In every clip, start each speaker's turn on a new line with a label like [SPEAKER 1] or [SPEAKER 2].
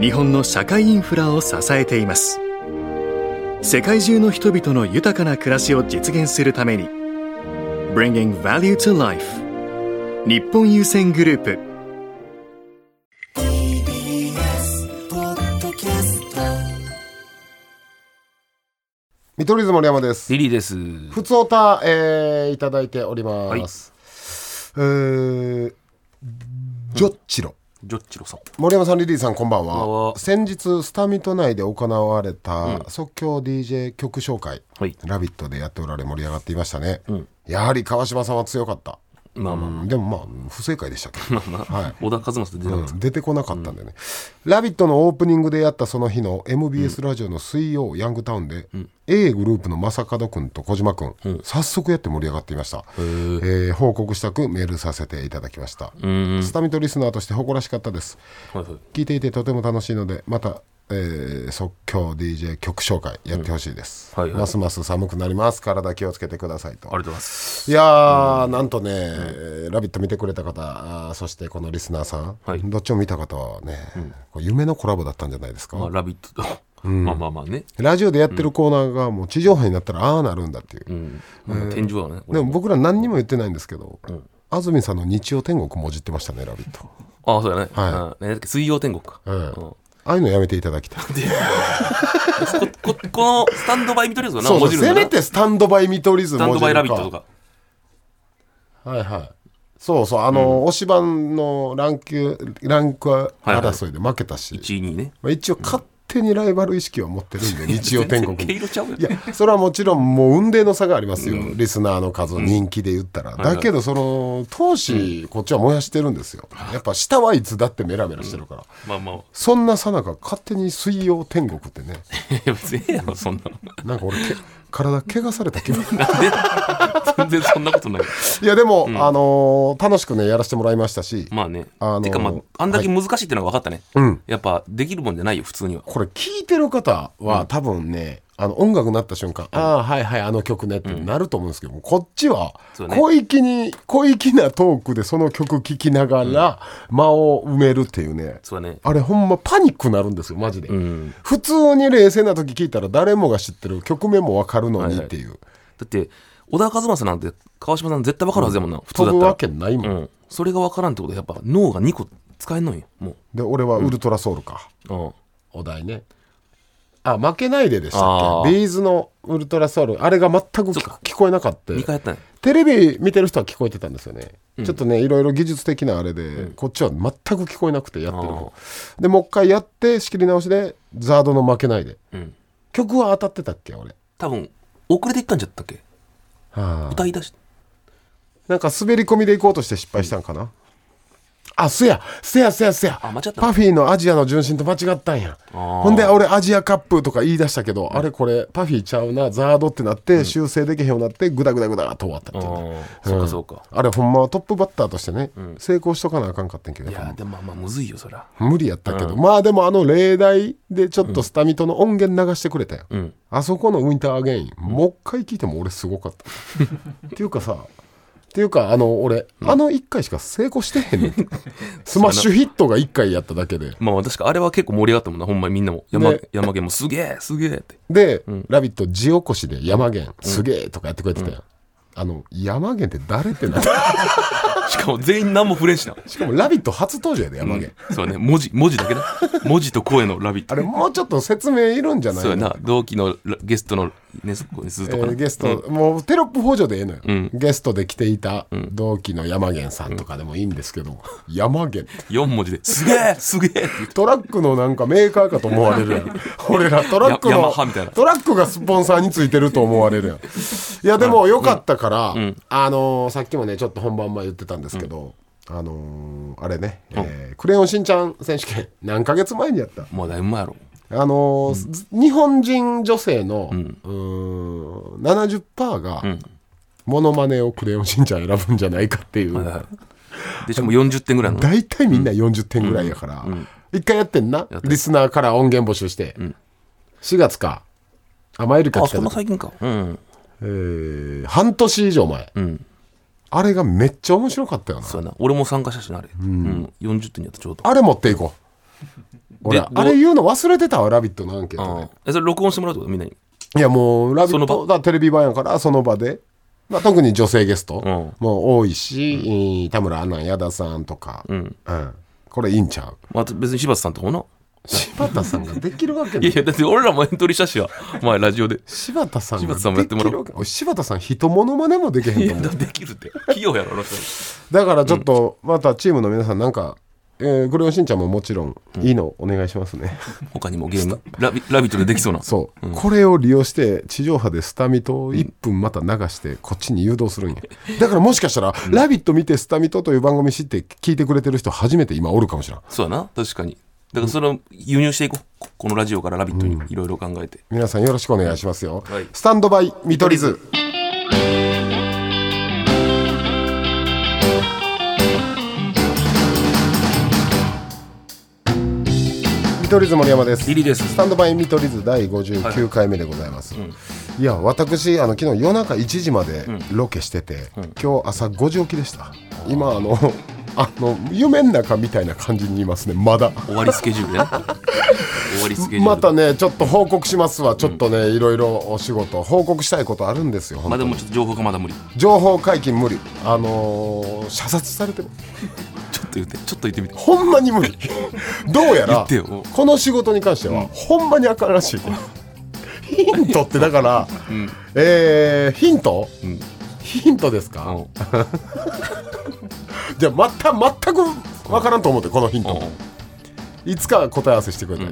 [SPEAKER 1] 日本の社会インフラを支えています世界中の人々の豊かな暮らしを実現するために Bringing Value to Life 日本郵船グループ
[SPEAKER 2] TBS ポッドキャスト
[SPEAKER 3] 見取り図森山です。
[SPEAKER 4] リリーです。
[SPEAKER 3] ふつおた、えー、いただいております。えージョッチロ。
[SPEAKER 4] ジョッチロさん。
[SPEAKER 3] 森山さんリリーさんこんばん
[SPEAKER 4] こんばん
[SPEAKER 3] は
[SPEAKER 4] は
[SPEAKER 3] 先日スタミト内で行われた即興 DJ 曲紹介「
[SPEAKER 4] はい
[SPEAKER 3] ラビット!」でやっておられ盛り上がっていましたね、やはり川島さんは強かった、
[SPEAKER 4] まあまあ、
[SPEAKER 3] うんでもまあ不正解でしたけど、はい
[SPEAKER 4] 小田和正と出なかった。
[SPEAKER 3] うん出てこなかったんだよね「ラビット!」のオープニングでやったその日の MBS ラジオの水曜、ヤングタウンで、A グループの正門君と小島君、早速やって盛り上がっていました、えー報告したくメールさせていただきましたスタミトリスナーとして誇らしかったです
[SPEAKER 4] はいはい。
[SPEAKER 3] 聞いていてとても楽しいのでまた、えー即興 DJ 曲紹介やってほしいです、
[SPEAKER 4] うんはいはい
[SPEAKER 3] ますます寒くなります体気をつけてくださいと
[SPEAKER 4] ありがとうございます。
[SPEAKER 3] いやー、なんとね、えーラビット!」見てくれた方あーそしてこのリスナーさん、
[SPEAKER 4] はい
[SPEAKER 3] どっちも見た方はね、これ夢のコラボだったんじゃないですか、
[SPEAKER 4] まあ、ラビットと。まあまあまあね。
[SPEAKER 3] ラジオでやってるコーナーがもう地上波になったらああなるんだっていう、
[SPEAKER 4] うん。なんか天井はね。
[SPEAKER 3] でも僕ら何にも言ってないんですけど、安住さんの日曜天国もじってましたね「ラビット!
[SPEAKER 4] ああ、そうだね。
[SPEAKER 3] はい
[SPEAKER 4] い。ねだっけ水曜天国か。
[SPEAKER 3] ええ
[SPEAKER 4] うんこ
[SPEAKER 3] ああいうのやめていただき たい
[SPEAKER 4] ここのスタンドバイ見取り図がな
[SPEAKER 3] そうそ
[SPEAKER 4] 文
[SPEAKER 3] う
[SPEAKER 4] 字る
[SPEAKER 3] せ
[SPEAKER 4] んだな
[SPEAKER 3] めてスタンドバイ見取り図
[SPEAKER 4] スタン
[SPEAKER 3] 文
[SPEAKER 4] ド
[SPEAKER 3] 字
[SPEAKER 4] バ
[SPEAKER 3] る
[SPEAKER 4] イラビットとか。
[SPEAKER 3] はいはい。そうそう、あの、推しバンのランク、ランク争いで負けたし、
[SPEAKER 4] 1位にね。
[SPEAKER 3] まあ、一応勝手にライバル意識は持ってるんで、日曜天国
[SPEAKER 4] 全然毛
[SPEAKER 3] に。
[SPEAKER 4] 色ちゃうやん
[SPEAKER 3] いや、それはもちろんもう運命の差がありますよ、リスナーの数、人気で言ったら。
[SPEAKER 4] はい
[SPEAKER 3] だけど、その、闘志、こっちは燃やしてるんですよ。やっぱ下はいつだってメラメラしてるから。
[SPEAKER 4] まあまあ。
[SPEAKER 3] そんなさなか勝手に水曜天国って ね、
[SPEAKER 4] いや、別にええやろ、そんなの。
[SPEAKER 3] なんか俺け、体怪我された気分。
[SPEAKER 4] 全然そんなことない。
[SPEAKER 3] いや、でも、あのー楽しくね、やらせてもらいましたし、
[SPEAKER 4] まあね。
[SPEAKER 3] あのー
[SPEAKER 4] てか、まあ、あんだけ難しいってのが分かったね。
[SPEAKER 3] うん
[SPEAKER 4] やっぱ、できるもんじゃないよ、普通には。
[SPEAKER 3] これ聞いてる方は多分ね、あの音楽になった瞬間、ああはいはいあの曲ねってなると思うんですけども、こっちは
[SPEAKER 4] そうね
[SPEAKER 3] 小粋に小粋なトークでその曲聴きながら間を埋めるっていうね、
[SPEAKER 4] そうだね。
[SPEAKER 3] あれほんまパニックになるんですよマジで、
[SPEAKER 4] うん。
[SPEAKER 3] 普通に冷静な時聞いたら誰もが知ってる曲名もわかるのにっていう、
[SPEAKER 4] だって、小田和正なんて、川島さん絶対分かるはずやもんな、普通だ
[SPEAKER 3] 飛ぶ
[SPEAKER 4] っ
[SPEAKER 3] わけ
[SPEAKER 4] た
[SPEAKER 3] ないもん、
[SPEAKER 4] ら。うん。それが分からんってことは、やっぱ脳が2個使えんのんよ、も
[SPEAKER 3] で俺はウルトラソウルか、
[SPEAKER 4] う。うん。
[SPEAKER 3] お題ねあ負けないででした
[SPEAKER 4] あ
[SPEAKER 3] っ
[SPEAKER 4] ー
[SPEAKER 3] けビーズのウルトラソウルあれが全く
[SPEAKER 4] そう
[SPEAKER 3] 聞
[SPEAKER 4] か
[SPEAKER 3] 聞こえなかった
[SPEAKER 4] 2回やったね。
[SPEAKER 3] テレビ見てる人は聞こえてたんですよね、ちょっとねいろいろ技術的なあれで、こっちは全く聞こえなくてやってる方でもう一回やって仕切り直しでザードの負けないで
[SPEAKER 4] うん。
[SPEAKER 3] 曲は当たってたっけ俺
[SPEAKER 4] 多分、遅れていったんじゃったっけ
[SPEAKER 3] はあ
[SPEAKER 4] 歌い出し、
[SPEAKER 3] なんか滑り込みで行こうとして失敗したんかな、あすやすやすやすや
[SPEAKER 4] あ間違った
[SPEAKER 3] パフィーのアジアの純真と間違ったんや
[SPEAKER 4] ー
[SPEAKER 3] ほんで俺アジアカップとか言い出したけど、あれこれパフィーちゃうなザードってなって、修正できへんようになってグダグダグダっと終わったっていうね
[SPEAKER 4] うんそう
[SPEAKER 3] う
[SPEAKER 4] か
[SPEAKER 3] ん
[SPEAKER 4] そうか。
[SPEAKER 3] あれほんまはトップバッターとしてね、成功しとかなあかんかったんけど
[SPEAKER 4] い
[SPEAKER 3] やっ
[SPEAKER 4] や、
[SPEAKER 3] ぱ
[SPEAKER 4] でもまあまあ、むずいよ、そりゃ。
[SPEAKER 3] 無理やったけど、まあでもあの例題でちょっとスタミトの音源流してくれたよ、
[SPEAKER 4] ん
[SPEAKER 3] あそこのウィンターアゲイン、もう一回聞いても俺すごかったっていうかさっていうかあの俺、あの1回しか成功してへんねん スマッシュヒットが1回やっただけで
[SPEAKER 4] まあまあ、確かあれは結構盛り上がったもんな、ほんまにみんなも。山、
[SPEAKER 3] ね
[SPEAKER 4] 山毛もすげえ、すげえって。
[SPEAKER 3] で「ラビット!」地起こしで「山源、すげえ」とかやってくれてたよ、あの山源って誰ってなった
[SPEAKER 4] しかも全員何も触れんしな。
[SPEAKER 3] しかも「ラビット!」初登場やで山源、
[SPEAKER 4] そうだね、文字、文字だけだ。文字と声のラビット。
[SPEAKER 3] あれもうちょっと説明いるんじゃない
[SPEAKER 4] そう
[SPEAKER 3] の
[SPEAKER 4] やな、同期のラゲストのね、そこにする
[SPEAKER 3] え
[SPEAKER 4] とかな
[SPEAKER 3] ーゲスト、もうテロップ補助でええのよ、
[SPEAKER 4] ん
[SPEAKER 3] ゲストで来ていた同期の山源さんとかでもいいんですけど、山源
[SPEAKER 4] 4文字で、すげえすげえって言って
[SPEAKER 3] トラックのなんかメーカーかと思われるや ん俺らトラック
[SPEAKER 4] やヤマ
[SPEAKER 3] の
[SPEAKER 4] ハみたいな
[SPEAKER 3] トラックがスポンサーについてると思われるやんいやでもよかったから、あのーさっきもねちょっと本番前言ってたんですけど、あのーあれね、えークレヨンしんちゃん選手権」何ヶ月前にやった
[SPEAKER 4] もうだいぶ前やろ
[SPEAKER 3] あのーず日本人女性の、うーん、70%が、モノマネをクレヨンしんちゃん選ぶんじゃないかっていう、
[SPEAKER 4] でしかも40点ぐらいの
[SPEAKER 3] 大体みんな40点ぐらいやから、一回やってんなリスナーから音源募集して、4月か甘えるか
[SPEAKER 4] あ
[SPEAKER 3] 来
[SPEAKER 4] そ
[SPEAKER 3] た
[SPEAKER 4] んな
[SPEAKER 3] 時、
[SPEAKER 4] 最近かうん
[SPEAKER 3] えー半年以上前、
[SPEAKER 4] ん
[SPEAKER 3] あれがめっちゃ面白かったよな
[SPEAKER 4] そうやな俺も参加したしなあれうん40点やったちょうど
[SPEAKER 3] あれ持っていこう俺
[SPEAKER 4] で
[SPEAKER 3] あれ言うの忘れてたわ「ラビット!」のアンケート
[SPEAKER 4] ああえそれ録音してもらうってことみんなに
[SPEAKER 3] でいやもう「ラビッ
[SPEAKER 4] そ
[SPEAKER 3] ト!」がテレビ版やからその場で、まあ、特に女性ゲスト
[SPEAKER 4] ん
[SPEAKER 3] も多いし、うん田村アナ矢田さんとか、うんこれいいんちゃう
[SPEAKER 4] まあ別に柴田さんとかもな
[SPEAKER 3] 柴田さんができるわけない
[SPEAKER 4] いやいやだって俺らもエントリーしたしや前ラジオで
[SPEAKER 3] 柴田さん
[SPEAKER 4] 柴田さんもやってもらおう
[SPEAKER 3] できるわけおい柴田さん人モノマネもできへ
[SPEAKER 4] い
[SPEAKER 3] んと
[SPEAKER 4] や
[SPEAKER 3] 思う
[SPEAKER 4] だってできるって器用やろあの人
[SPEAKER 3] だからちょっとまたチームの皆さんなんか、えー、クレヨンしんちゃんももちろんいいのお願いしますね、
[SPEAKER 4] 他にもゲームラビ「ラビット!」でできそうな
[SPEAKER 3] そう、これを利用して地上波でスタミトを1分また流してこっちに誘導するん やだからもしかしたら「ラビット!」見てスタミトという番組知って聞いてくれてる人初めて今おるかもしれん
[SPEAKER 4] そうやな確かにだからそれを輸入していこうここのラジオから「ラビット!」にいろいろ考えて、
[SPEAKER 3] 皆さんよろしくお願いしますよ、
[SPEAKER 4] はい
[SPEAKER 3] スタンドバイ見取り図見取り図森山です
[SPEAKER 4] リリーです
[SPEAKER 3] スタンドバイ見取り図第59回目でございます、いや私あの昨日夜中1時までロケしてて、今日朝5時起きでした今あのあの夢の中みたいな感じにいますねまだ
[SPEAKER 4] 終わりスケジュール ね終わりスケジュール
[SPEAKER 3] またねちょっと報告しますわちょっとね、いろいろお仕事報告したいことあるんですよ、
[SPEAKER 4] まあでもちょっと情報がまだ無理
[SPEAKER 3] 情報解禁無理あのー射殺されてる
[SPEAKER 4] ちょっと言ってちょっと言ってみて
[SPEAKER 3] ほんまに無理どうやら
[SPEAKER 4] 言ってよ
[SPEAKER 3] この仕事に関しては、ほんまにあかんらしいヒントってだから、えー、ヒント、
[SPEAKER 4] ん
[SPEAKER 3] ヒントです
[SPEAKER 4] う
[SPEAKER 3] か、
[SPEAKER 4] ん
[SPEAKER 3] じゃあまた全く分からんと思ってこのヒント、
[SPEAKER 4] うん
[SPEAKER 3] いつか答え合わせしてくれたい、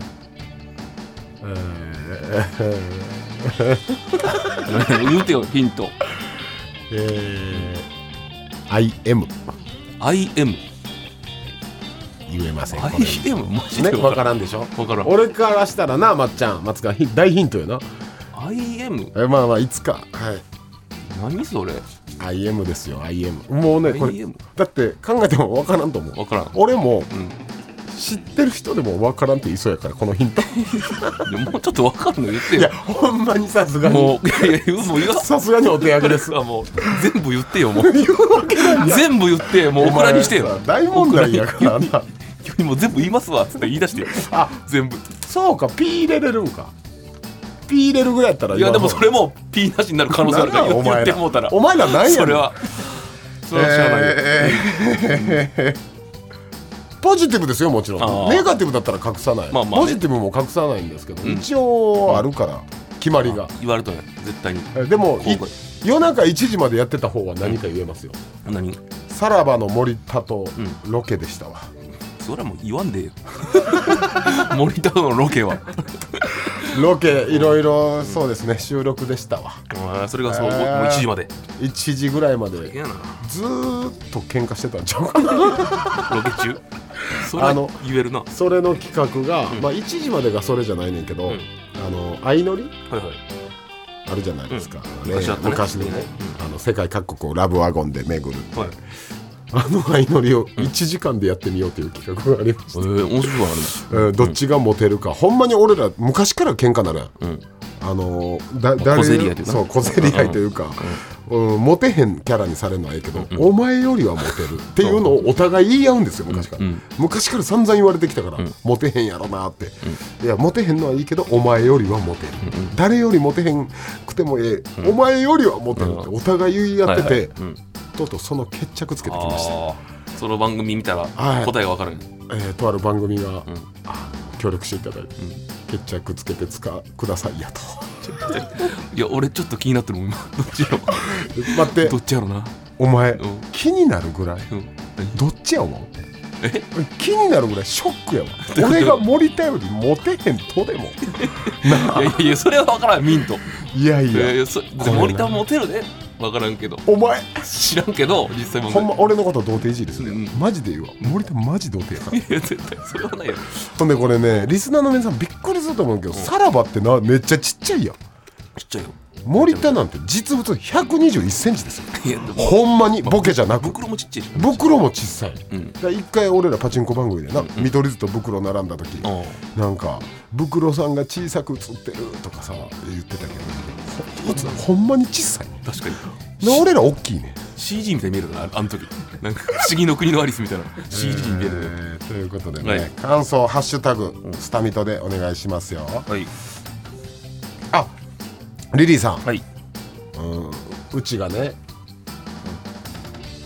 [SPEAKER 4] 言うてよヒント
[SPEAKER 3] えー、IM
[SPEAKER 4] 「IM」
[SPEAKER 3] 言えません
[SPEAKER 4] 「
[SPEAKER 3] これ
[SPEAKER 4] IM」マジ
[SPEAKER 3] ね
[SPEAKER 4] で
[SPEAKER 3] 分か
[SPEAKER 4] 分からら
[SPEAKER 3] ん
[SPEAKER 4] ん
[SPEAKER 3] でしょ
[SPEAKER 4] 分からん
[SPEAKER 3] 俺からしたらなまっちゃん松川ひ大ヒントよな
[SPEAKER 4] IM
[SPEAKER 3] えまあまあいつかはい
[SPEAKER 4] 何それ
[SPEAKER 3] IM ですよ IM もうねこれ
[SPEAKER 4] IM
[SPEAKER 3] だって考えても分からんと思う
[SPEAKER 4] 分からん
[SPEAKER 3] 俺も、知ってる人でも分からんって言いそうやからこのヒント
[SPEAKER 4] でももうちょっと分かんの言って
[SPEAKER 3] いや
[SPEAKER 4] よ
[SPEAKER 3] ほんまにさすがに
[SPEAKER 4] もういやいや言うもう言わ
[SPEAKER 3] さすがにお手上げで
[SPEAKER 4] これ
[SPEAKER 3] す
[SPEAKER 4] さもう全部言ってよもう全部言ってもうオクラにして
[SPEAKER 3] お前
[SPEAKER 4] よ
[SPEAKER 3] さ大問題やからな
[SPEAKER 4] もう全部言いますわっつって言い出してよ
[SPEAKER 3] あ
[SPEAKER 4] 全部
[SPEAKER 3] そうか P 入れれるんか P 入れるぐらいやったら
[SPEAKER 4] いやでもそれ
[SPEAKER 3] も
[SPEAKER 4] もピーなしになる可能性あるから
[SPEAKER 3] お
[SPEAKER 4] 言言
[SPEAKER 3] 前
[SPEAKER 4] って
[SPEAKER 3] ら
[SPEAKER 4] もうたら
[SPEAKER 3] お前らなんやねん
[SPEAKER 4] それはそれは知らないよ、
[SPEAKER 3] えー ポジティブですよもちろ
[SPEAKER 4] あ
[SPEAKER 3] ん
[SPEAKER 4] ー
[SPEAKER 3] ネガティブだったら隠さない、
[SPEAKER 4] まあまあ
[SPEAKER 3] ポ
[SPEAKER 4] ね
[SPEAKER 3] ジティブも隠さないんですけど、一応あるから決まりが、
[SPEAKER 4] 言われたね絶対に
[SPEAKER 3] えでもい
[SPEAKER 4] 今回
[SPEAKER 3] 夜中1時までやってた方は何か言えますよ、
[SPEAKER 4] 何
[SPEAKER 3] さらばの森田とロケでしたわ、
[SPEAKER 4] それはもう言わんでええよ 森田のロケは
[SPEAKER 3] ロケいろいろそうですね、収録でしたわ
[SPEAKER 4] あーそれがそう、
[SPEAKER 3] えー
[SPEAKER 4] もう1時まで
[SPEAKER 3] 1時ぐらいまで
[SPEAKER 4] いやな
[SPEAKER 3] ずーっと喧嘩してたんちゃうかな
[SPEAKER 4] ロケ 中それは
[SPEAKER 3] あの
[SPEAKER 4] 言えるなは
[SPEAKER 3] それの企画が、まあ1時までがそれじゃないねんけど、
[SPEAKER 4] ん
[SPEAKER 3] あの相乗り
[SPEAKER 4] いはい
[SPEAKER 3] あるじゃないですか、
[SPEAKER 4] うん
[SPEAKER 3] ね
[SPEAKER 4] 昔あったね
[SPEAKER 3] 昔のね、あの世界各国をラブワゴンで巡る
[SPEAKER 4] はい
[SPEAKER 3] あの相乗りを1時間でやってみようという企画がありました
[SPEAKER 4] えー、面白いわ
[SPEAKER 3] うんどっちがモテるか、ほんまに俺ら昔から喧嘩なるやん、
[SPEAKER 4] うん
[SPEAKER 3] あのだ
[SPEAKER 4] 小競り合いというか
[SPEAKER 3] そう小競り合いというか、うんモテへんキャラにされるのはいいけど、お前よりはモテるっていうのをお互い言い合うんですよ昔から、昔から散々言われてきたから、モテへんやろなって、いやモテへんのはいいけどお前よりはモテる、誰よりモテへんくてもええ、お前よりはモテるってお互い言い合ってて、とうとうその決着つけてきました
[SPEAKER 4] ああその番組見たら
[SPEAKER 3] はい
[SPEAKER 4] 答えが分かる、
[SPEAKER 3] えーとある番組が、あの協力していただいて、決着つけてつかくださいやと
[SPEAKER 4] い、や俺ちょっと気になってるもん今どっちやろ
[SPEAKER 3] 待って
[SPEAKER 4] どっちやろな
[SPEAKER 3] お前、
[SPEAKER 4] うん
[SPEAKER 3] 気になるぐらい
[SPEAKER 4] うん
[SPEAKER 3] どっちや思う
[SPEAKER 4] え
[SPEAKER 3] 気になるぐらいショックやわ俺が森田よりモテへんとで も
[SPEAKER 4] いやいやいやそれは分からんミント
[SPEAKER 3] いやい
[SPEAKER 4] いや
[SPEAKER 3] や
[SPEAKER 4] いやそ森田モテるで分からんけど
[SPEAKER 3] お前
[SPEAKER 4] 知らんけど実際問
[SPEAKER 3] ほ
[SPEAKER 4] 題
[SPEAKER 3] んま俺のこと童貞いじりするやん、
[SPEAKER 4] うん
[SPEAKER 3] マジで言うわ森田マジ童貞やから
[SPEAKER 4] いや絶対それはないよ
[SPEAKER 3] ほんでこれねリスナーの皆さんびっくりすると思うけど、さらばってなめっちゃちっちゃいやん
[SPEAKER 4] ちっちゃいよ
[SPEAKER 3] 森田なんて実物1 2 1ンチですよ
[SPEAKER 4] いやでも
[SPEAKER 3] ほんまにボケじゃなく
[SPEAKER 4] 袋もちっちゃいし
[SPEAKER 3] 袋も小さい、
[SPEAKER 4] うん
[SPEAKER 3] だから一回俺らパチンコ番組でな、見取り図と袋並んだ時、
[SPEAKER 4] あ
[SPEAKER 3] なんか「袋さんが小さく映ってる」とかさ言ってたけどほほんまに小さいね
[SPEAKER 4] あ確かに
[SPEAKER 3] で俺ら大きいね
[SPEAKER 4] CG みたいに見えるなああの時なんか不思議の国のアリスみたいな CG に見えるね
[SPEAKER 3] えーということでね、
[SPEAKER 4] はい
[SPEAKER 3] 感想「ハッシュタグスタミト」でお願いしますよ
[SPEAKER 4] はい
[SPEAKER 3] あリリーさん
[SPEAKER 4] はい
[SPEAKER 3] うんうちがね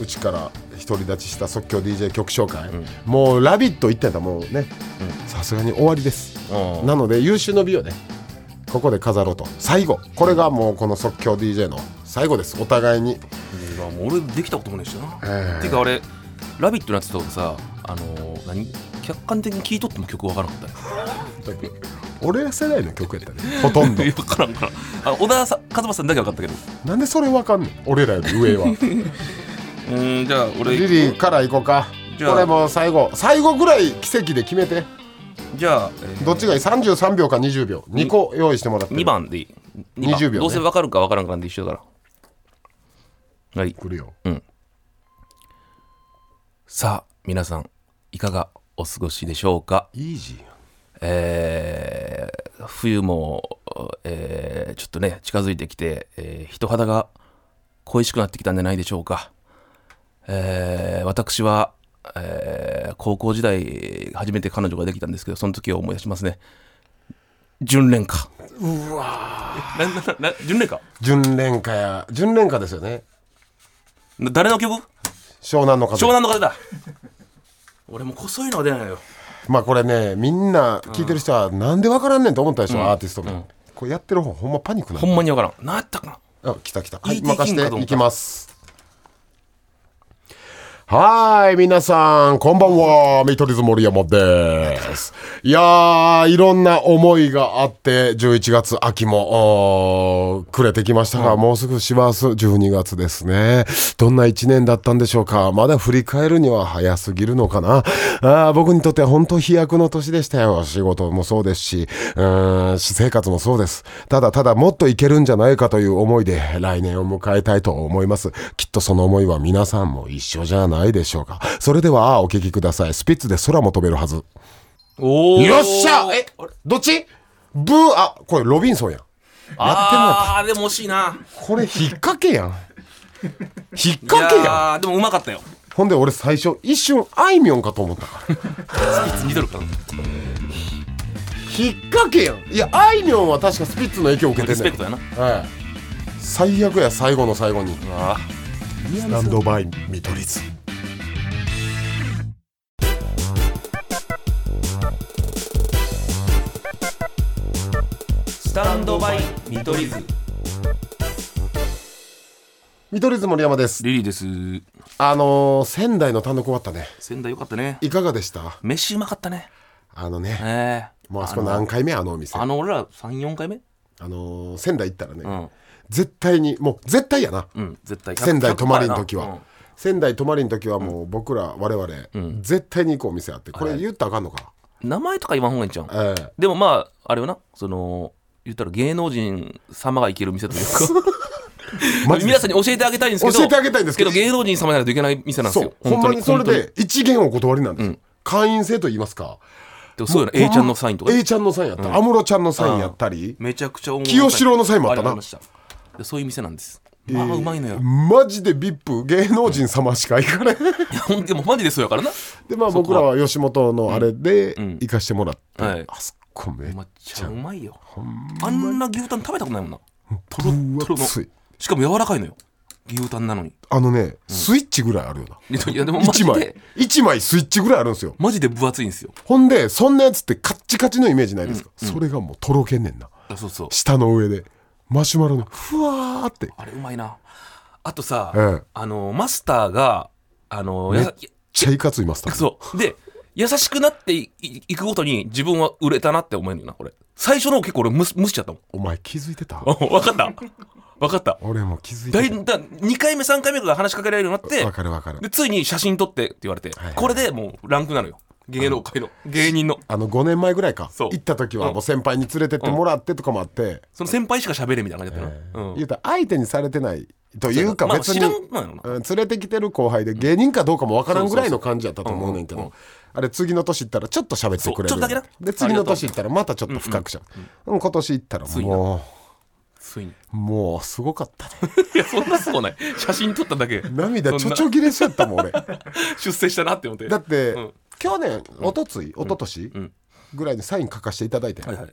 [SPEAKER 3] うちから独り立ちした即興 DJ 曲紹介、もう「ラビット!」行ったんだもうねさすがに終わりです
[SPEAKER 4] あ
[SPEAKER 3] なので優秀の美をねここで飾ろうと最後これがもうこの即興 DJ の最後ですお互いに
[SPEAKER 4] あもう俺できたこともないしな、
[SPEAKER 3] ええ
[SPEAKER 4] てか俺「ラビット!」のやつとかさあのー何客観的に聴いとっても曲分からなかったよ
[SPEAKER 3] 俺ら世代の曲やったねほとん ど
[SPEAKER 4] 分からんからあ小田さ和正さんだけ分かったけど
[SPEAKER 3] なんでそれわかんねん俺らより上は
[SPEAKER 4] うんじゃあ俺
[SPEAKER 3] リリーから行こうか
[SPEAKER 4] じゃあ
[SPEAKER 3] これもう最後最後ぐらい奇跡で決めて
[SPEAKER 4] じゃあ、えー
[SPEAKER 3] どっちがいい33秒か20秒2個用意してもらってる
[SPEAKER 4] 2番でいい二
[SPEAKER 3] 20
[SPEAKER 4] 番
[SPEAKER 3] 秒ね
[SPEAKER 4] どうせ分かるか分からんからで一緒だからはい
[SPEAKER 3] 来るよ
[SPEAKER 4] さあ皆さんいかがお過ごしでしょうか
[SPEAKER 3] イージーやん
[SPEAKER 4] えー冬も、えーちょっとね近づいてきて、えー人肌が恋しくなってきたんじゃないでしょうか、えー私は、えー高校時代初めて彼女ができたんですけどその時を思い出しますね純恋歌うわななな純恋歌
[SPEAKER 3] 純恋歌や純恋歌ですよね
[SPEAKER 4] な誰の曲
[SPEAKER 3] 湘南の風
[SPEAKER 4] 湘南の風だ 俺もう細いのは出ないのよ
[SPEAKER 3] まあこれねみんな聞いてる人はなんでわからんねんと思ったでしょ、アーティストが、これやってる方ほんまパニックな
[SPEAKER 4] ほ
[SPEAKER 3] の
[SPEAKER 4] んまにわからん何やったかな
[SPEAKER 3] あ来た来たはい
[SPEAKER 4] ET
[SPEAKER 3] 任
[SPEAKER 4] 金貨と
[SPEAKER 3] せて
[SPEAKER 4] 思った
[SPEAKER 3] いきますはーい皆さんこんばんは見取り図森山ですいやーいろんな思いがあって11月秋もおー暮れてきましたが、もうすぐしばす12月ですねどんな1年だったんでしょうかまだ振り返るには早すぎるのかなあー僕にとっては本当飛躍の年でしたよ仕事もそうですしうーん私生活もそうですただただもっといけるんじゃないかという思いで来年を迎えたいと思いますきっとその思いは皆さんも一緒じゃないでしょうかそれではお聞きくださいスピッツで空も飛べるはず
[SPEAKER 4] おー
[SPEAKER 3] よっしゃえ
[SPEAKER 4] あれ
[SPEAKER 3] どっちブーあこれロビンソンやんやって
[SPEAKER 4] あーでも惜しいな
[SPEAKER 3] もこれ引っ掛けやん引っ掛け
[SPEAKER 4] い
[SPEAKER 3] やん
[SPEAKER 4] やーでもうまかったよ
[SPEAKER 3] ほんで俺最初一瞬あいみょんかと思ったから
[SPEAKER 4] 似てるから
[SPEAKER 3] 引っ掛けやんいやあいみょんは確かスピッツの影響を受けて
[SPEAKER 4] リス
[SPEAKER 3] ん
[SPEAKER 4] ペ
[SPEAKER 3] ね
[SPEAKER 4] クトやな
[SPEAKER 3] はい最悪や最後の最後に
[SPEAKER 4] あ
[SPEAKER 3] スタンドバイ見取り図
[SPEAKER 4] スタンドバイ見取り図
[SPEAKER 3] 見取り図森山です
[SPEAKER 4] リリーです
[SPEAKER 3] あのー、仙台の単独終わったね
[SPEAKER 4] 仙台よかったね
[SPEAKER 3] いかがでした
[SPEAKER 4] 飯うまかったね
[SPEAKER 3] あのね
[SPEAKER 4] ええ
[SPEAKER 3] もうあそこ何回目あのお店
[SPEAKER 4] あ
[SPEAKER 3] あ
[SPEAKER 4] の俺ら34回目
[SPEAKER 3] のー、仙台行ったらね、
[SPEAKER 4] うん
[SPEAKER 3] 絶対にもう絶対やな、
[SPEAKER 4] うん絶対100
[SPEAKER 3] 仙台泊まりの時
[SPEAKER 4] うん
[SPEAKER 3] は仙台泊まりの時はもう僕ら我々、絶対に行くお店あってこれ言ったらあかんのか
[SPEAKER 4] 名前とか言わんほうがいいんちゃう
[SPEAKER 3] な、ええ
[SPEAKER 4] でもまああれよなその言ったら芸能人様が行ける店というか
[SPEAKER 3] マジで
[SPEAKER 4] 皆さんに教えてあげたいんですけど
[SPEAKER 3] 教えてあげたいんですけど
[SPEAKER 4] 芸能人様じゃないといけない店なんです
[SPEAKER 3] そ
[SPEAKER 4] よ
[SPEAKER 3] うほんまにそれ
[SPEAKER 4] 本当に
[SPEAKER 3] で一元お断りなんですよ、会員制と言いますか
[SPEAKER 4] でもそうよね
[SPEAKER 3] もう
[SPEAKER 4] A ちゃんのサインとかね
[SPEAKER 3] A ちゃんのサインやった安室、ちゃんのサインやったり
[SPEAKER 4] めちゃくちゃ面白い
[SPEAKER 3] 清志郎のサインもあったな
[SPEAKER 4] りましたでそういう店なんですまあうまいのよ
[SPEAKER 3] マジで VIP 芸能人様しか行かれへん
[SPEAKER 4] いやほんでもマジでそうやからな
[SPEAKER 3] でまあ
[SPEAKER 4] そこ
[SPEAKER 3] 僕
[SPEAKER 4] は
[SPEAKER 3] らは吉本のあれで
[SPEAKER 4] ん
[SPEAKER 3] 行かしてもらって、
[SPEAKER 4] はい
[SPEAKER 3] あそこめっ
[SPEAKER 4] めっ
[SPEAKER 3] ち
[SPEAKER 4] ちゃ
[SPEAKER 3] ゃ
[SPEAKER 4] うまいよあんな牛タン食べたことないもんな
[SPEAKER 3] トロットロの
[SPEAKER 4] トロしかも柔らかいのよ牛タンなのに
[SPEAKER 3] あのね、スイッチぐらいあるよない
[SPEAKER 4] やでもマジ
[SPEAKER 3] 1枚
[SPEAKER 4] で
[SPEAKER 3] 1枚スイッチぐらいあるんですよ
[SPEAKER 4] マジで分厚いんですよ
[SPEAKER 3] ほんでそんなやつってカッチカチのイメージないですか、それがもうとろけんねんな
[SPEAKER 4] あそうそう
[SPEAKER 3] 下の上でマシュマロのふわーってめっ
[SPEAKER 4] あれうまいなあとさ、
[SPEAKER 3] ええ
[SPEAKER 4] あのマスターがあのやさ
[SPEAKER 3] ちゃいかついマスター
[SPEAKER 4] そうで優しくなっていいいくごとに自分は売れたなって思えるよなこれ最初の方結構俺無視無視しちゃったもん
[SPEAKER 3] お 前気づいてた
[SPEAKER 4] 分かった分かった
[SPEAKER 3] 俺も気づい
[SPEAKER 4] だ
[SPEAKER 3] て
[SPEAKER 4] いだ2回目3回目から話しかけられるようにな
[SPEAKER 3] わ
[SPEAKER 4] っ
[SPEAKER 3] かるわかる
[SPEAKER 4] てでついに写真撮ってって言われて、
[SPEAKER 3] はいはい
[SPEAKER 4] これでもうランクなのよ芸能界の芸人の
[SPEAKER 3] あの5年前ぐらいか
[SPEAKER 4] そう
[SPEAKER 3] 行った時はもう先輩に連れてってもらってとかもあって、
[SPEAKER 4] その先輩しか喋れみたいな感じだったの、
[SPEAKER 3] 言うたら相手にされてないというか
[SPEAKER 4] まあ
[SPEAKER 3] 別に、
[SPEAKER 4] 知らんのやろな
[SPEAKER 3] うん連れてきてる後輩で芸人かどうかもわからんぐらいの感じやったと思うねんけ
[SPEAKER 4] うんうん
[SPEAKER 3] どあれ次の年行ったらちょっと喋ってくれる
[SPEAKER 4] そうちょっとだけな
[SPEAKER 3] で次の年行ったらまたちょっと深くしゃうん今年行ったら
[SPEAKER 4] いな
[SPEAKER 3] も
[SPEAKER 4] ついに
[SPEAKER 3] うもうすごかったね
[SPEAKER 4] いやそんなすごない写真撮った だけ
[SPEAKER 3] 涙ちょち
[SPEAKER 4] そん
[SPEAKER 3] ょ切れしちゃったもん俺
[SPEAKER 4] な出世したなって思って
[SPEAKER 3] だって、
[SPEAKER 4] うん
[SPEAKER 3] 去年おとついおととし
[SPEAKER 4] うん
[SPEAKER 3] ぐらいにサイン書かせていただいて
[SPEAKER 4] はいはい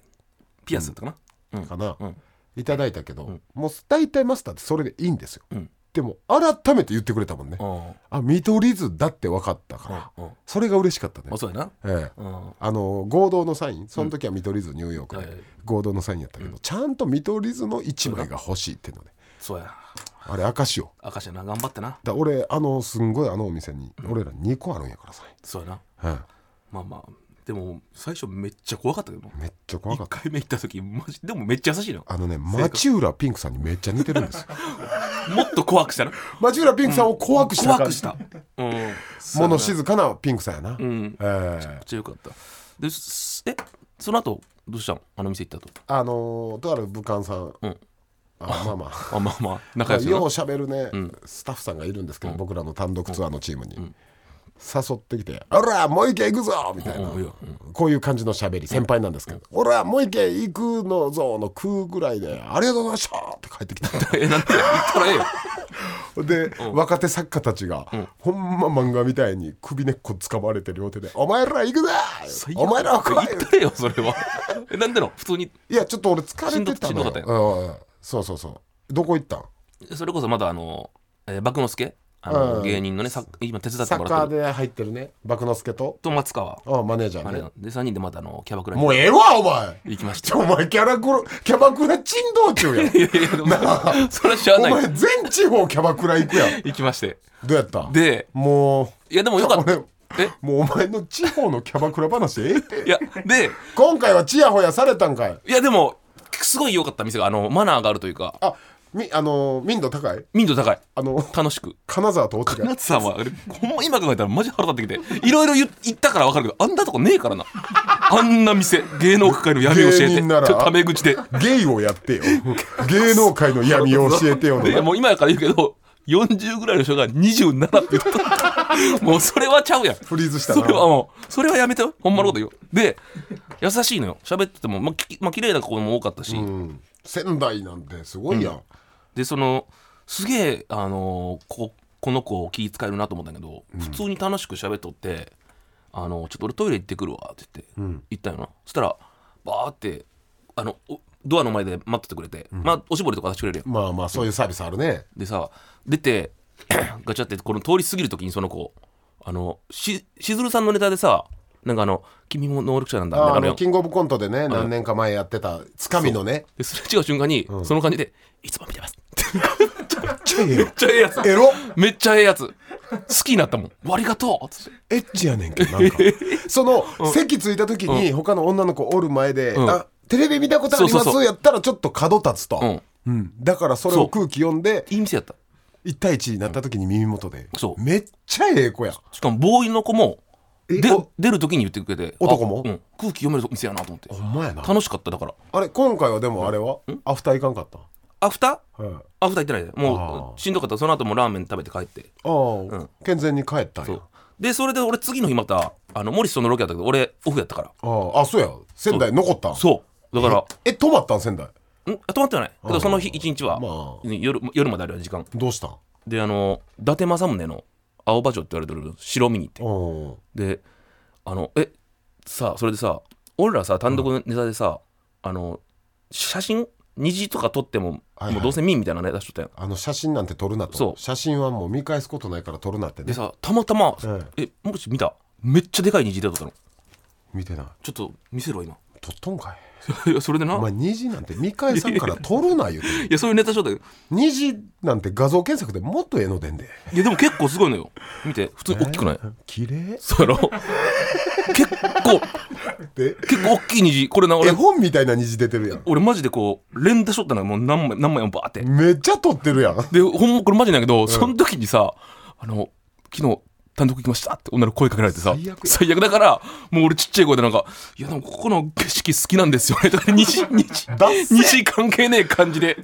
[SPEAKER 4] ピアスだったかな、
[SPEAKER 3] かな、
[SPEAKER 4] うん
[SPEAKER 3] いただいたけど、もう大体マスターってそれでいいんですよ、
[SPEAKER 4] ん
[SPEAKER 3] でも改めて言ってくれたもんね、
[SPEAKER 4] あ
[SPEAKER 3] あ見取り図だって分かったから、
[SPEAKER 4] うんうん
[SPEAKER 3] それが嬉しかったね
[SPEAKER 4] あ、そうやな
[SPEAKER 3] ええ
[SPEAKER 4] うん
[SPEAKER 3] あの合同のサインその時は見取り図ニューヨークで、
[SPEAKER 4] はいはい
[SPEAKER 3] 合同のサインやったけど、ちゃんと見取り図の1枚が欲しいっていうのね
[SPEAKER 4] そうやな
[SPEAKER 3] あれ証よ
[SPEAKER 4] 明石やな頑張ってな
[SPEAKER 3] だ俺あのすんごいあのお店に俺ら2個あるんやからサイ
[SPEAKER 4] そうやな
[SPEAKER 3] ン、え
[SPEAKER 4] まあまあでも最初めっちゃ怖かったけど
[SPEAKER 3] えめっちゃ怖か
[SPEAKER 4] 1
[SPEAKER 3] った
[SPEAKER 4] 回目行った時マジでもめっちゃ優しいの
[SPEAKER 3] あのね町浦ピンクさんにめっちゃ似てるんですよ
[SPEAKER 4] もっと怖くしたな
[SPEAKER 3] 町浦ピンクさんを怖くした
[SPEAKER 4] 怖
[SPEAKER 3] 感
[SPEAKER 4] く
[SPEAKER 3] じ
[SPEAKER 4] したうん
[SPEAKER 3] 物静かなピンクさんやな、
[SPEAKER 4] うんめっ
[SPEAKER 3] ええ
[SPEAKER 4] ちゃよかったですえその後どうしたのあの店行った
[SPEAKER 3] あのーとある武漢さん、
[SPEAKER 4] うん
[SPEAKER 3] あまあまあ
[SPEAKER 4] とあまあまあ
[SPEAKER 3] ま
[SPEAKER 4] 仲
[SPEAKER 3] あ
[SPEAKER 4] 良しだ
[SPEAKER 3] よう
[SPEAKER 4] な
[SPEAKER 3] しゃべるね、
[SPEAKER 4] ん
[SPEAKER 3] スタッフさんがいるんですけど、僕らの単独ツアーのチームに、誘ってきて「おらもう一軒行くぞ!」みたいな、
[SPEAKER 4] うんいや
[SPEAKER 3] こういう感じのしゃべり先輩なんですけど「おらもう一軒行くのぞ!」の空ぐらいで「ありがとうございました!」って帰ってき た
[SPEAKER 4] えなんて言ったらええよ
[SPEAKER 3] で、若手作家たちが、ほんま漫画みたいに首根っこ掴まれて両手で「お前ら行くぞお前らは来
[SPEAKER 4] 言
[SPEAKER 3] い!」
[SPEAKER 4] ったらええよそれはえなんでの普通に
[SPEAKER 3] いやちょっと俺疲れてた
[SPEAKER 4] しん
[SPEAKER 3] の
[SPEAKER 4] どか
[SPEAKER 3] よ
[SPEAKER 4] ったよ
[SPEAKER 3] うんうんそうそうそうどこ行ったん
[SPEAKER 4] それこそまだあのえー幕之助あの
[SPEAKER 3] うん
[SPEAKER 4] 芸人のねさ今手伝って
[SPEAKER 3] サ
[SPEAKER 4] も
[SPEAKER 3] ッ
[SPEAKER 4] ら
[SPEAKER 3] カ
[SPEAKER 4] っ
[SPEAKER 3] ー
[SPEAKER 4] てる
[SPEAKER 3] で入ってるね幕之助と
[SPEAKER 4] と松川
[SPEAKER 3] あマネージャ
[SPEAKER 4] あ
[SPEAKER 3] ー
[SPEAKER 4] れ
[SPEAKER 3] ね
[SPEAKER 4] で3人でまたあのキャバクラに
[SPEAKER 3] もうええわお前
[SPEAKER 4] 行きまし
[SPEAKER 3] ち
[SPEAKER 4] た
[SPEAKER 3] ょお前キャラクラキャバクラ珍道中やん
[SPEAKER 4] いやいやでもそれは知ら
[SPEAKER 3] お
[SPEAKER 4] ない
[SPEAKER 3] 前全地方キャバクラ行くやん
[SPEAKER 4] 行きまして
[SPEAKER 3] どうやった
[SPEAKER 4] で
[SPEAKER 3] も
[SPEAKER 4] いやでも
[SPEAKER 3] う
[SPEAKER 4] よかった
[SPEAKER 3] 俺
[SPEAKER 4] え
[SPEAKER 3] もうお前の地方のキャバクラ話ええって
[SPEAKER 4] いやで
[SPEAKER 3] 今回はチヤホヤされたんかい
[SPEAKER 4] いやでもすごい良かった店があのマナーがあるというか
[SPEAKER 3] あみあの民度高い
[SPEAKER 4] 民度高い
[SPEAKER 3] あ の
[SPEAKER 4] 楽しく
[SPEAKER 3] 金沢と落ちが
[SPEAKER 4] 夏さんはあれほんま今考えたらマジ腹立ってきていろいろ言言ったから分かるけどあんなとこねえからなあんな店芸能界の闇を教え
[SPEAKER 3] 芸
[SPEAKER 4] て
[SPEAKER 3] 人なら
[SPEAKER 4] ちょタメ口で
[SPEAKER 3] ゲイをやってよ芸能界の闇を教えてよの
[SPEAKER 4] いやもう今やから言うけど40ぐらいの人が27って言ったもうそれはちゃうやん
[SPEAKER 3] フリーズした
[SPEAKER 4] それは
[SPEAKER 3] な
[SPEAKER 4] もうそれはやめてよほんまのこと言う、で優しいのよ喋っててもまあきまあ綺麗な子も多かったし、
[SPEAKER 3] うん仙台なんてすごいやん
[SPEAKER 4] でそのすげえあのーここの子を気遣えるなと思ったんだけど、普通に楽しく喋っとって「あのちょっと俺トイレ行ってくるわ」って言って、行ったよなそしたらバーってあのおドアの前で待っててくれて、まあおしぼりとか出してくれるやん
[SPEAKER 3] まあまあそういうサービスあるね
[SPEAKER 4] でさ出て ガチャってこの通り過ぎる時にその子あのししずるさんのネタでさなんかあの「君も能力者なんだ」みたい
[SPEAKER 3] あ
[SPEAKER 4] な
[SPEAKER 3] あ
[SPEAKER 4] のあるや
[SPEAKER 3] の
[SPEAKER 4] ん
[SPEAKER 3] キングオブコントでね何年か前やってたつかみのね
[SPEAKER 4] ですれ違う瞬間に、その感じで「いつも見てます」
[SPEAKER 3] ちょいええ
[SPEAKER 4] めっちゃええやつ
[SPEAKER 3] エロ
[SPEAKER 4] めっちゃええやつ好きになったもんありがとうっつって
[SPEAKER 3] エッチやねんけどなんか その席ついた時に他の女の子おる前で「
[SPEAKER 4] ん
[SPEAKER 3] あテレビ見たことあり
[SPEAKER 4] そ
[SPEAKER 3] ま
[SPEAKER 4] う
[SPEAKER 3] す
[SPEAKER 4] そう」そう
[SPEAKER 3] やったらちょっと角立つと、うんだからそれ
[SPEAKER 4] そ
[SPEAKER 3] を
[SPEAKER 4] う
[SPEAKER 3] 空気読んで
[SPEAKER 4] いい店やった
[SPEAKER 3] 1対1になった時に耳元で
[SPEAKER 4] そう
[SPEAKER 3] めっちゃええ子や
[SPEAKER 4] しかもボーイの子も
[SPEAKER 3] え
[SPEAKER 4] で
[SPEAKER 3] お
[SPEAKER 4] 出る時に言ってくれて
[SPEAKER 3] 男も
[SPEAKER 4] あうん、空気読める店やなと思って
[SPEAKER 3] ほんまやな
[SPEAKER 4] 楽しかっただから
[SPEAKER 3] あれ今回はでもあれはアフター行かんかった
[SPEAKER 4] アフター
[SPEAKER 3] はいあ
[SPEAKER 4] アフター行ってないでも
[SPEAKER 3] あ
[SPEAKER 4] うしんどかったその後もラーメン食べて帰って
[SPEAKER 3] あ、健全に帰ったんや
[SPEAKER 4] そうでそれで俺次の日またあのモリスとのロケやったけど俺オフやったから
[SPEAKER 3] あああそうや仙台残ったん
[SPEAKER 4] そうだから
[SPEAKER 3] え泊まったん仙台
[SPEAKER 4] んあ止まってはないけどその日一日は、
[SPEAKER 3] ま
[SPEAKER 4] 夜夜まであるよ時間
[SPEAKER 3] どうしたん
[SPEAKER 4] であの伊達政宗の青葉城って言われてる城見に行っ
[SPEAKER 3] う
[SPEAKER 4] て
[SPEAKER 3] ん
[SPEAKER 4] であのえさあそれでさ俺らさ単独のネタでさ、あの写真虹とか撮っても、
[SPEAKER 3] はいはい
[SPEAKER 4] もうどうせ見んみたいなネタしとったやん
[SPEAKER 3] あの写真なんて撮るな
[SPEAKER 4] そ
[SPEAKER 3] と
[SPEAKER 4] う
[SPEAKER 3] 写真はもう見返すことないから撮るなって
[SPEAKER 4] で
[SPEAKER 3] ね
[SPEAKER 4] さたまたま、
[SPEAKER 3] うん
[SPEAKER 4] えもし見ためっちゃでかい虹出とったの
[SPEAKER 3] 見てない
[SPEAKER 4] ちょっと見せろ今
[SPEAKER 3] 撮っとんかい
[SPEAKER 4] いやそれでな、
[SPEAKER 3] お前
[SPEAKER 4] い
[SPEAKER 3] 2時なんて未開さんから撮るな言うて
[SPEAKER 4] やそういうネタしようだけど
[SPEAKER 3] 2時なんて画像検索でもっとええのでんで
[SPEAKER 4] いやでも結構すごいのよ見て普通に大きくない、
[SPEAKER 3] 綺麗
[SPEAKER 4] そうやろ結構
[SPEAKER 3] で
[SPEAKER 4] 結構大きい虹これな
[SPEAKER 3] 絵
[SPEAKER 4] 俺
[SPEAKER 3] 本みたいな虹出てるやん
[SPEAKER 4] 俺マジでこう連打しとったのもう何枚何枚もバーって
[SPEAKER 3] めっちゃ撮ってるやん
[SPEAKER 4] でほんまこれマジなんやけど、その時にさあの昨日単独行きましたって女の子声かけられてさ
[SPEAKER 3] 最悪
[SPEAKER 4] 最悪だからもう俺ちっちゃい声でなんか「いやでもここの景色好きなんですよね」と か虹虹
[SPEAKER 3] ダッセ
[SPEAKER 4] 虹関係ねえ感じで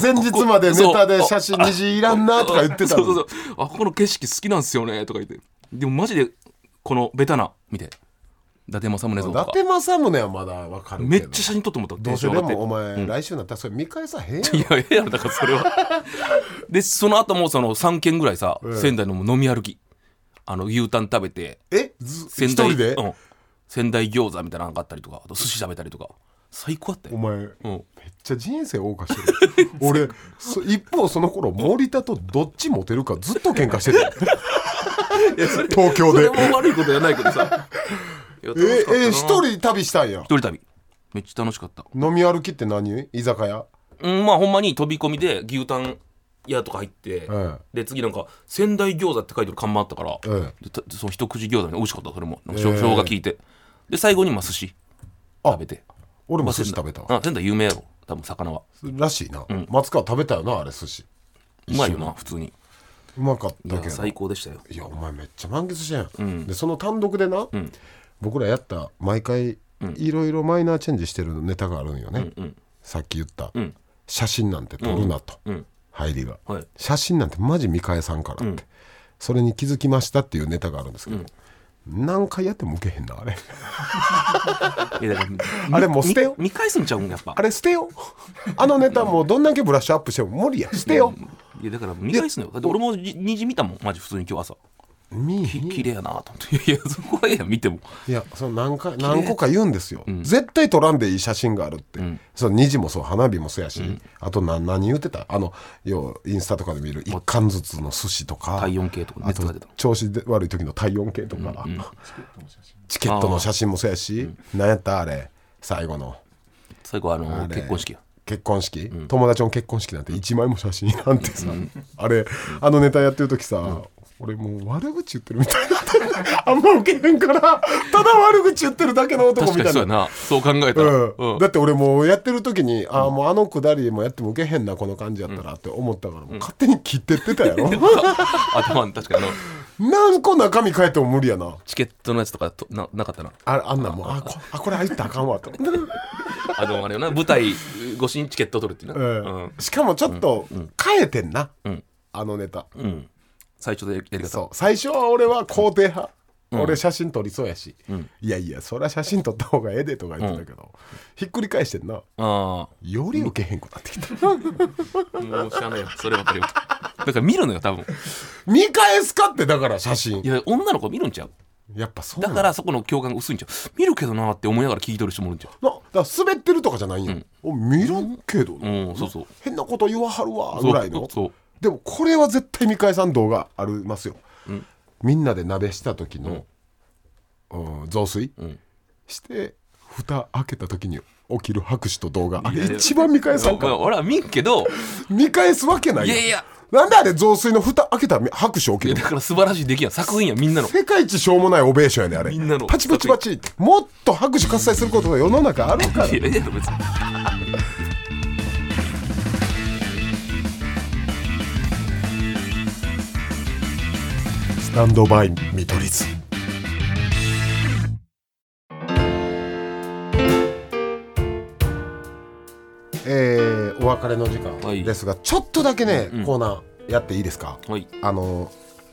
[SPEAKER 3] 前日までネタで写真虹いらんなとか言ってた
[SPEAKER 4] そうそ
[SPEAKER 3] の
[SPEAKER 4] うそうあここの景色好きなんですよねとか言ってでもマジでこのベタな見て伊達政宗像
[SPEAKER 3] 伊
[SPEAKER 4] とか
[SPEAKER 3] 達政宗はまだわかるけど
[SPEAKER 4] めっちゃ写真撮ってもらった
[SPEAKER 3] どうせで
[SPEAKER 4] テンション上
[SPEAKER 3] もお
[SPEAKER 4] がっ
[SPEAKER 3] 前、来週になったらそれ見返さへんや
[SPEAKER 4] ていやええやろだからそれはでその後もその3軒ぐらいさ、
[SPEAKER 3] ええ
[SPEAKER 4] 仙台のもう飲み歩きあの牛タン食べて
[SPEAKER 3] んえず一
[SPEAKER 4] 仙台
[SPEAKER 3] 人で、
[SPEAKER 4] うん、仙台餃子みたいなのがあったりとかあと寿司食べたりとか最高だった
[SPEAKER 3] お
[SPEAKER 4] よ、
[SPEAKER 3] 前めっ
[SPEAKER 4] うん、
[SPEAKER 3] ちゃ人生謳歌してる俺そ 一方その頃森田とどっちモテるかずっと喧嘩 してた東京
[SPEAKER 4] それ
[SPEAKER 3] で
[SPEAKER 4] も悪いことじゃないけどさ いや楽
[SPEAKER 3] え
[SPEAKER 4] しかったな
[SPEAKER 3] え一人旅したんや
[SPEAKER 4] 一人旅めっちゃ楽しかった
[SPEAKER 3] 飲み歩きって何居酒屋
[SPEAKER 4] うん、まあほんまに飛び込みで牛タン屋とか入って、
[SPEAKER 3] え
[SPEAKER 4] で次なんか仙台餃子って書いてる看板あったから、
[SPEAKER 3] え
[SPEAKER 4] でたその一口餃子みたいな美味しかったそれもなんかしょ
[SPEAKER 3] ええ
[SPEAKER 4] 生姜効いてで最後にまあ寿司
[SPEAKER 3] あ
[SPEAKER 4] 食べて
[SPEAKER 3] 俺も寿司食べたわ
[SPEAKER 4] あ仙台有名やろ多分魚は
[SPEAKER 3] らしいな、松川食べたよなあれ寿司
[SPEAKER 4] うまいよな普通に
[SPEAKER 3] うまかった
[SPEAKER 4] い
[SPEAKER 3] け
[SPEAKER 4] や
[SPEAKER 3] ど
[SPEAKER 4] 最高でしたよ
[SPEAKER 3] いやお前めっちゃ満喫してん、でその単独でな、僕らやった毎回いろいろマイナーチェンジしてるネタがあるんよね、さっき言った、
[SPEAKER 4] ん
[SPEAKER 3] 写真なんて撮るなと、
[SPEAKER 4] ん
[SPEAKER 3] 入りが、
[SPEAKER 4] はい
[SPEAKER 3] 写真なんてマジ見返さんからって、それに気づきましたっていうネタがあるんですけど、何回やっても受けへんなあれ
[SPEAKER 4] いやだか ら
[SPEAKER 3] あれもう捨てよ
[SPEAKER 4] み見返すんちゃうんやっぱ
[SPEAKER 3] あれ捨てよあのネタもうどんだけブラッシュアップしても無理や捨てよ、
[SPEAKER 4] いやだから見返すのよだって俺もじ虹見たもんマジ普通に今日朝
[SPEAKER 3] 見えへん
[SPEAKER 4] 綺麗やなと思っていやいやそこはええやん見ても
[SPEAKER 3] いやその何回何個か言うんですよ、絶対撮らんでいい写真があるって、その2時もそう花火もそうやし、あと何何言ってたあの要インスタとかで見る一貫ずつの寿司とか
[SPEAKER 4] 体温計とかネ
[SPEAKER 3] あ
[SPEAKER 4] ット
[SPEAKER 3] と
[SPEAKER 4] が出たの
[SPEAKER 3] 調子で悪い時の体温計とか、チケットの写真もそうやし、何やったあれ最後の
[SPEAKER 4] 最後あの結婚式や
[SPEAKER 3] 結婚式、友達の結婚式なんて1枚も写真なんてさ、あれあのネタやってる時さ、俺もう悪口言って るみたいなあんま受けへんからただ悪口言ってるだけの男み
[SPEAKER 4] 確
[SPEAKER 3] た
[SPEAKER 4] か
[SPEAKER 3] い
[SPEAKER 4] に
[SPEAKER 3] な
[SPEAKER 4] そうやなそう考えたら、
[SPEAKER 3] うんだって俺もうやってる時に、ああもうあのくだりもやっても受けへんなこの感じやったらって思ったから、もう勝手に切ってってたやろ
[SPEAKER 4] 頭に 確かにあ の
[SPEAKER 3] 何個中身変えても無理やな
[SPEAKER 4] チケットのやつとかとななかったな
[SPEAKER 3] ああんなんもうあこあこれ入ったらあかんわと、
[SPEAKER 4] あのあれよな舞台越しにチケット取るっていう
[SPEAKER 3] う
[SPEAKER 4] な、うん
[SPEAKER 3] んしかもちょっと変えてんな、あのネタ、
[SPEAKER 4] うん最初のやり方
[SPEAKER 3] そう最初は俺は肯定派、俺写真撮りそうやし、いやいやそりゃ写真撮った方がええでとか言ってたけど、ひっくり返してんな
[SPEAKER 4] あ
[SPEAKER 3] より受けへんくなってきた、
[SPEAKER 4] あもう知らないよそればっかりはだから見るのよ多分
[SPEAKER 3] 見返すかってだから写真
[SPEAKER 4] いや女の子見るんちゃう
[SPEAKER 3] やっぱそうな
[SPEAKER 4] だ
[SPEAKER 3] ん
[SPEAKER 4] からそこの共感が薄いんちゃう見るけどなって思いながら聞いとる人もおるんちゃ
[SPEAKER 3] なだから滑ってるとかじゃないんよ、お見るけど、
[SPEAKER 4] ううんそうそう
[SPEAKER 3] 変なこと言わはるわぐらいの
[SPEAKER 4] そうそう
[SPEAKER 3] でもこれは絶対見返さん動画ありますよ、みんなで鍋した時の、うん雑炊、
[SPEAKER 4] ん
[SPEAKER 3] して蓋開けた時に起きる拍手と動画あれ一番見返さん
[SPEAKER 4] ま
[SPEAKER 3] か
[SPEAKER 4] あ
[SPEAKER 3] ら
[SPEAKER 4] 俺は見んけど
[SPEAKER 3] 見返すわけないやん
[SPEAKER 4] いやいや
[SPEAKER 3] なんであれ雑炊の蓋開けたら拍手起
[SPEAKER 4] い
[SPEAKER 3] き
[SPEAKER 4] や
[SPEAKER 3] る
[SPEAKER 4] だから素晴らしい出来やん作品やんみんなの
[SPEAKER 3] 世界一しょうもないオベーションやねあれ
[SPEAKER 4] みんなの
[SPEAKER 3] パチパチパチってもっと拍手喝采することが世の中あるから
[SPEAKER 4] いやいや別に
[SPEAKER 3] スタンドバイ見取り図えー、お別れの時間
[SPEAKER 4] はい
[SPEAKER 3] ですが、ちょっとだけね、コーナーやっていいですか
[SPEAKER 4] はい
[SPEAKER 3] あの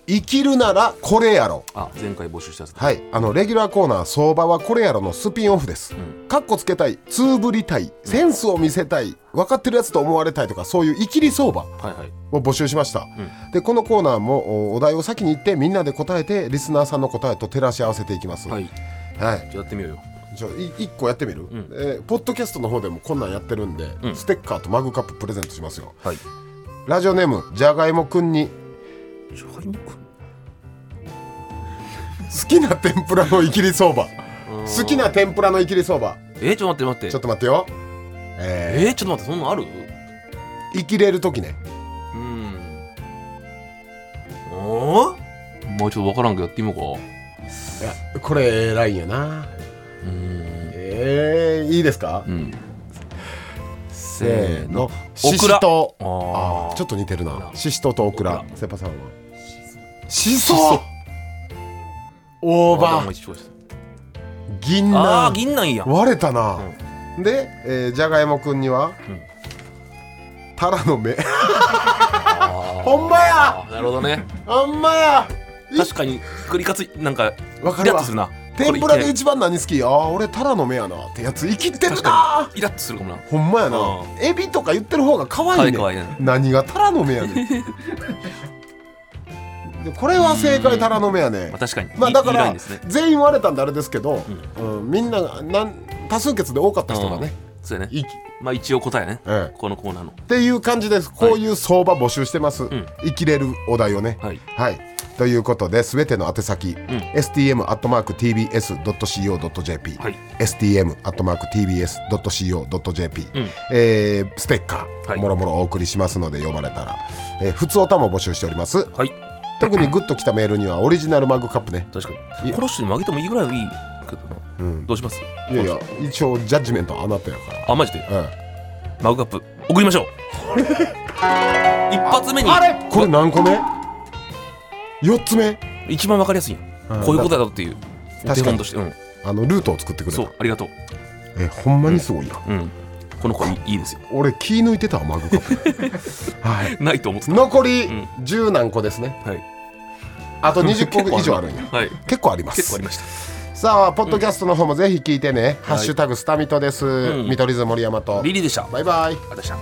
[SPEAKER 3] 生きるならこれやろ
[SPEAKER 4] あ前回募集したやつだ
[SPEAKER 3] はいあのレギュラーコーナー相場はこれやろのスピンオフです、かっこつけたいつぶりたいセンスを見せたい分かってるやつと思われたいとかそういう生きり相場、
[SPEAKER 4] はいはい
[SPEAKER 3] を募集しました、でこのコーナーもおお題を先に言ってみんなで答えてリスナーさんの答えと照らし合わせていきます
[SPEAKER 4] は
[SPEAKER 3] はい、
[SPEAKER 4] いじゃあやってみようよ
[SPEAKER 3] じゃあい一個やってみる、えーポッドキャストの方でもこんなんやってるんで、ステッカーとマグカッププレゼントしますよ
[SPEAKER 4] はい
[SPEAKER 3] ラジオネームじゃがいもくんに
[SPEAKER 4] じゃがいもくん
[SPEAKER 3] 好きな天ぷらのいきり相場好きな天ぷらのいきり相場
[SPEAKER 4] えー、ちょっと待って待って
[SPEAKER 3] ちょっと待ってよえ
[SPEAKER 4] えー、ちょっと待ってそんなんある
[SPEAKER 3] ー、生きれる時ね
[SPEAKER 4] うんおおもうちょっと分からんけどやってみよう
[SPEAKER 3] これラインやな
[SPEAKER 4] かうん
[SPEAKER 3] えー、いいですか、
[SPEAKER 4] うんせ
[SPEAKER 3] せー
[SPEAKER 4] ー
[SPEAKER 3] の
[SPEAKER 4] の
[SPEAKER 3] シシトウ
[SPEAKER 4] あ
[SPEAKER 3] あー
[SPEAKER 4] あ
[SPEAKER 3] ちょっと似てるなシシトウとオクラ
[SPEAKER 4] オク
[SPEAKER 3] セパさんはシソ大葉銀杏
[SPEAKER 4] ああ銀なんや
[SPEAKER 3] 割れたな、で、えー、じゃがいもくんには、
[SPEAKER 4] うん
[SPEAKER 3] タラの芽 ほ
[SPEAKER 4] ほ
[SPEAKER 3] んまや
[SPEAKER 4] なるほどね
[SPEAKER 3] あんまや
[SPEAKER 4] 確かにクリカツなんか
[SPEAKER 3] わか
[SPEAKER 4] イ
[SPEAKER 3] る
[SPEAKER 4] ラッ
[SPEAKER 3] わ
[SPEAKER 4] とするな
[SPEAKER 3] 天ぷらで
[SPEAKER 4] こ
[SPEAKER 3] 一番何好きああ俺タラの芽やなってやつ生きてる
[SPEAKER 4] れいけ確
[SPEAKER 3] な
[SPEAKER 4] かにイラッとするかもな
[SPEAKER 3] ほんまやな
[SPEAKER 4] う
[SPEAKER 3] エビとか言ってる方が可
[SPEAKER 4] 可
[SPEAKER 3] 愛
[SPEAKER 4] 愛
[SPEAKER 3] い
[SPEAKER 4] い
[SPEAKER 3] ね
[SPEAKER 4] 可愛いね
[SPEAKER 3] 何がタラの芽やねんで これは正解タラの芽やね
[SPEAKER 4] まあ確かに
[SPEAKER 3] まあ
[SPEAKER 4] い
[SPEAKER 3] だか
[SPEAKER 4] いいライン
[SPEAKER 3] ら
[SPEAKER 4] ですね
[SPEAKER 3] 全員割れたんであれですけど、うんみんながなん多数決で多かった人がね、
[SPEAKER 4] うんそうやね
[SPEAKER 3] いき
[SPEAKER 4] まあ一応答えね
[SPEAKER 3] ええ
[SPEAKER 4] このコーナーの
[SPEAKER 3] っていう感じですこういう相場募集してます、
[SPEAKER 4] ん
[SPEAKER 3] 生きれるお題をね
[SPEAKER 4] はい
[SPEAKER 3] ということで全ての宛先、stm.tbs.co.jp、
[SPEAKER 4] はい
[SPEAKER 3] stm.tbs.co.jp、
[SPEAKER 4] うん
[SPEAKER 3] えーステッカー、
[SPEAKER 4] はい
[SPEAKER 3] もろもろお送りしますので読まれたら、えー、普通おたも募集しております
[SPEAKER 4] はい
[SPEAKER 3] 特にグッときたメールにはオリジナルマグカップね
[SPEAKER 4] 確か
[SPEAKER 3] い
[SPEAKER 4] にこの人に負けてもいいぐらいはいいけどな
[SPEAKER 3] うん
[SPEAKER 4] どうします
[SPEAKER 3] いやいや一応ジャッジメントはあなたやか
[SPEAKER 4] あマジで
[SPEAKER 3] ら、うん
[SPEAKER 4] マグカップ送りましょう 一発目に
[SPEAKER 3] あれこれ何個目四つ目
[SPEAKER 4] 一番わかりやすいやん
[SPEAKER 3] うん
[SPEAKER 4] こういうことだろっていう
[SPEAKER 3] かに
[SPEAKER 4] 手本としてうん
[SPEAKER 3] あのルートを作ってくれ
[SPEAKER 4] そ
[SPEAKER 3] た
[SPEAKER 4] うありがとう
[SPEAKER 3] えほんまにすごいな、
[SPEAKER 4] うんこの子いいいです よ
[SPEAKER 3] 俺気抜いてたわマグカップ はい
[SPEAKER 4] ないと思って
[SPEAKER 3] 残り
[SPEAKER 4] ん
[SPEAKER 3] 十何個ですね
[SPEAKER 4] たはい
[SPEAKER 3] あ と20個以上あるんや
[SPEAKER 4] はい
[SPEAKER 3] 結構あります
[SPEAKER 4] 結構ありました
[SPEAKER 3] さあポッドキャストの方もぜひ聞いてね「ハッシュタグスタミト」です、
[SPEAKER 4] ん
[SPEAKER 3] 見取り図森山と
[SPEAKER 4] リリーでしたありがと
[SPEAKER 3] バイバイ
[SPEAKER 4] うございました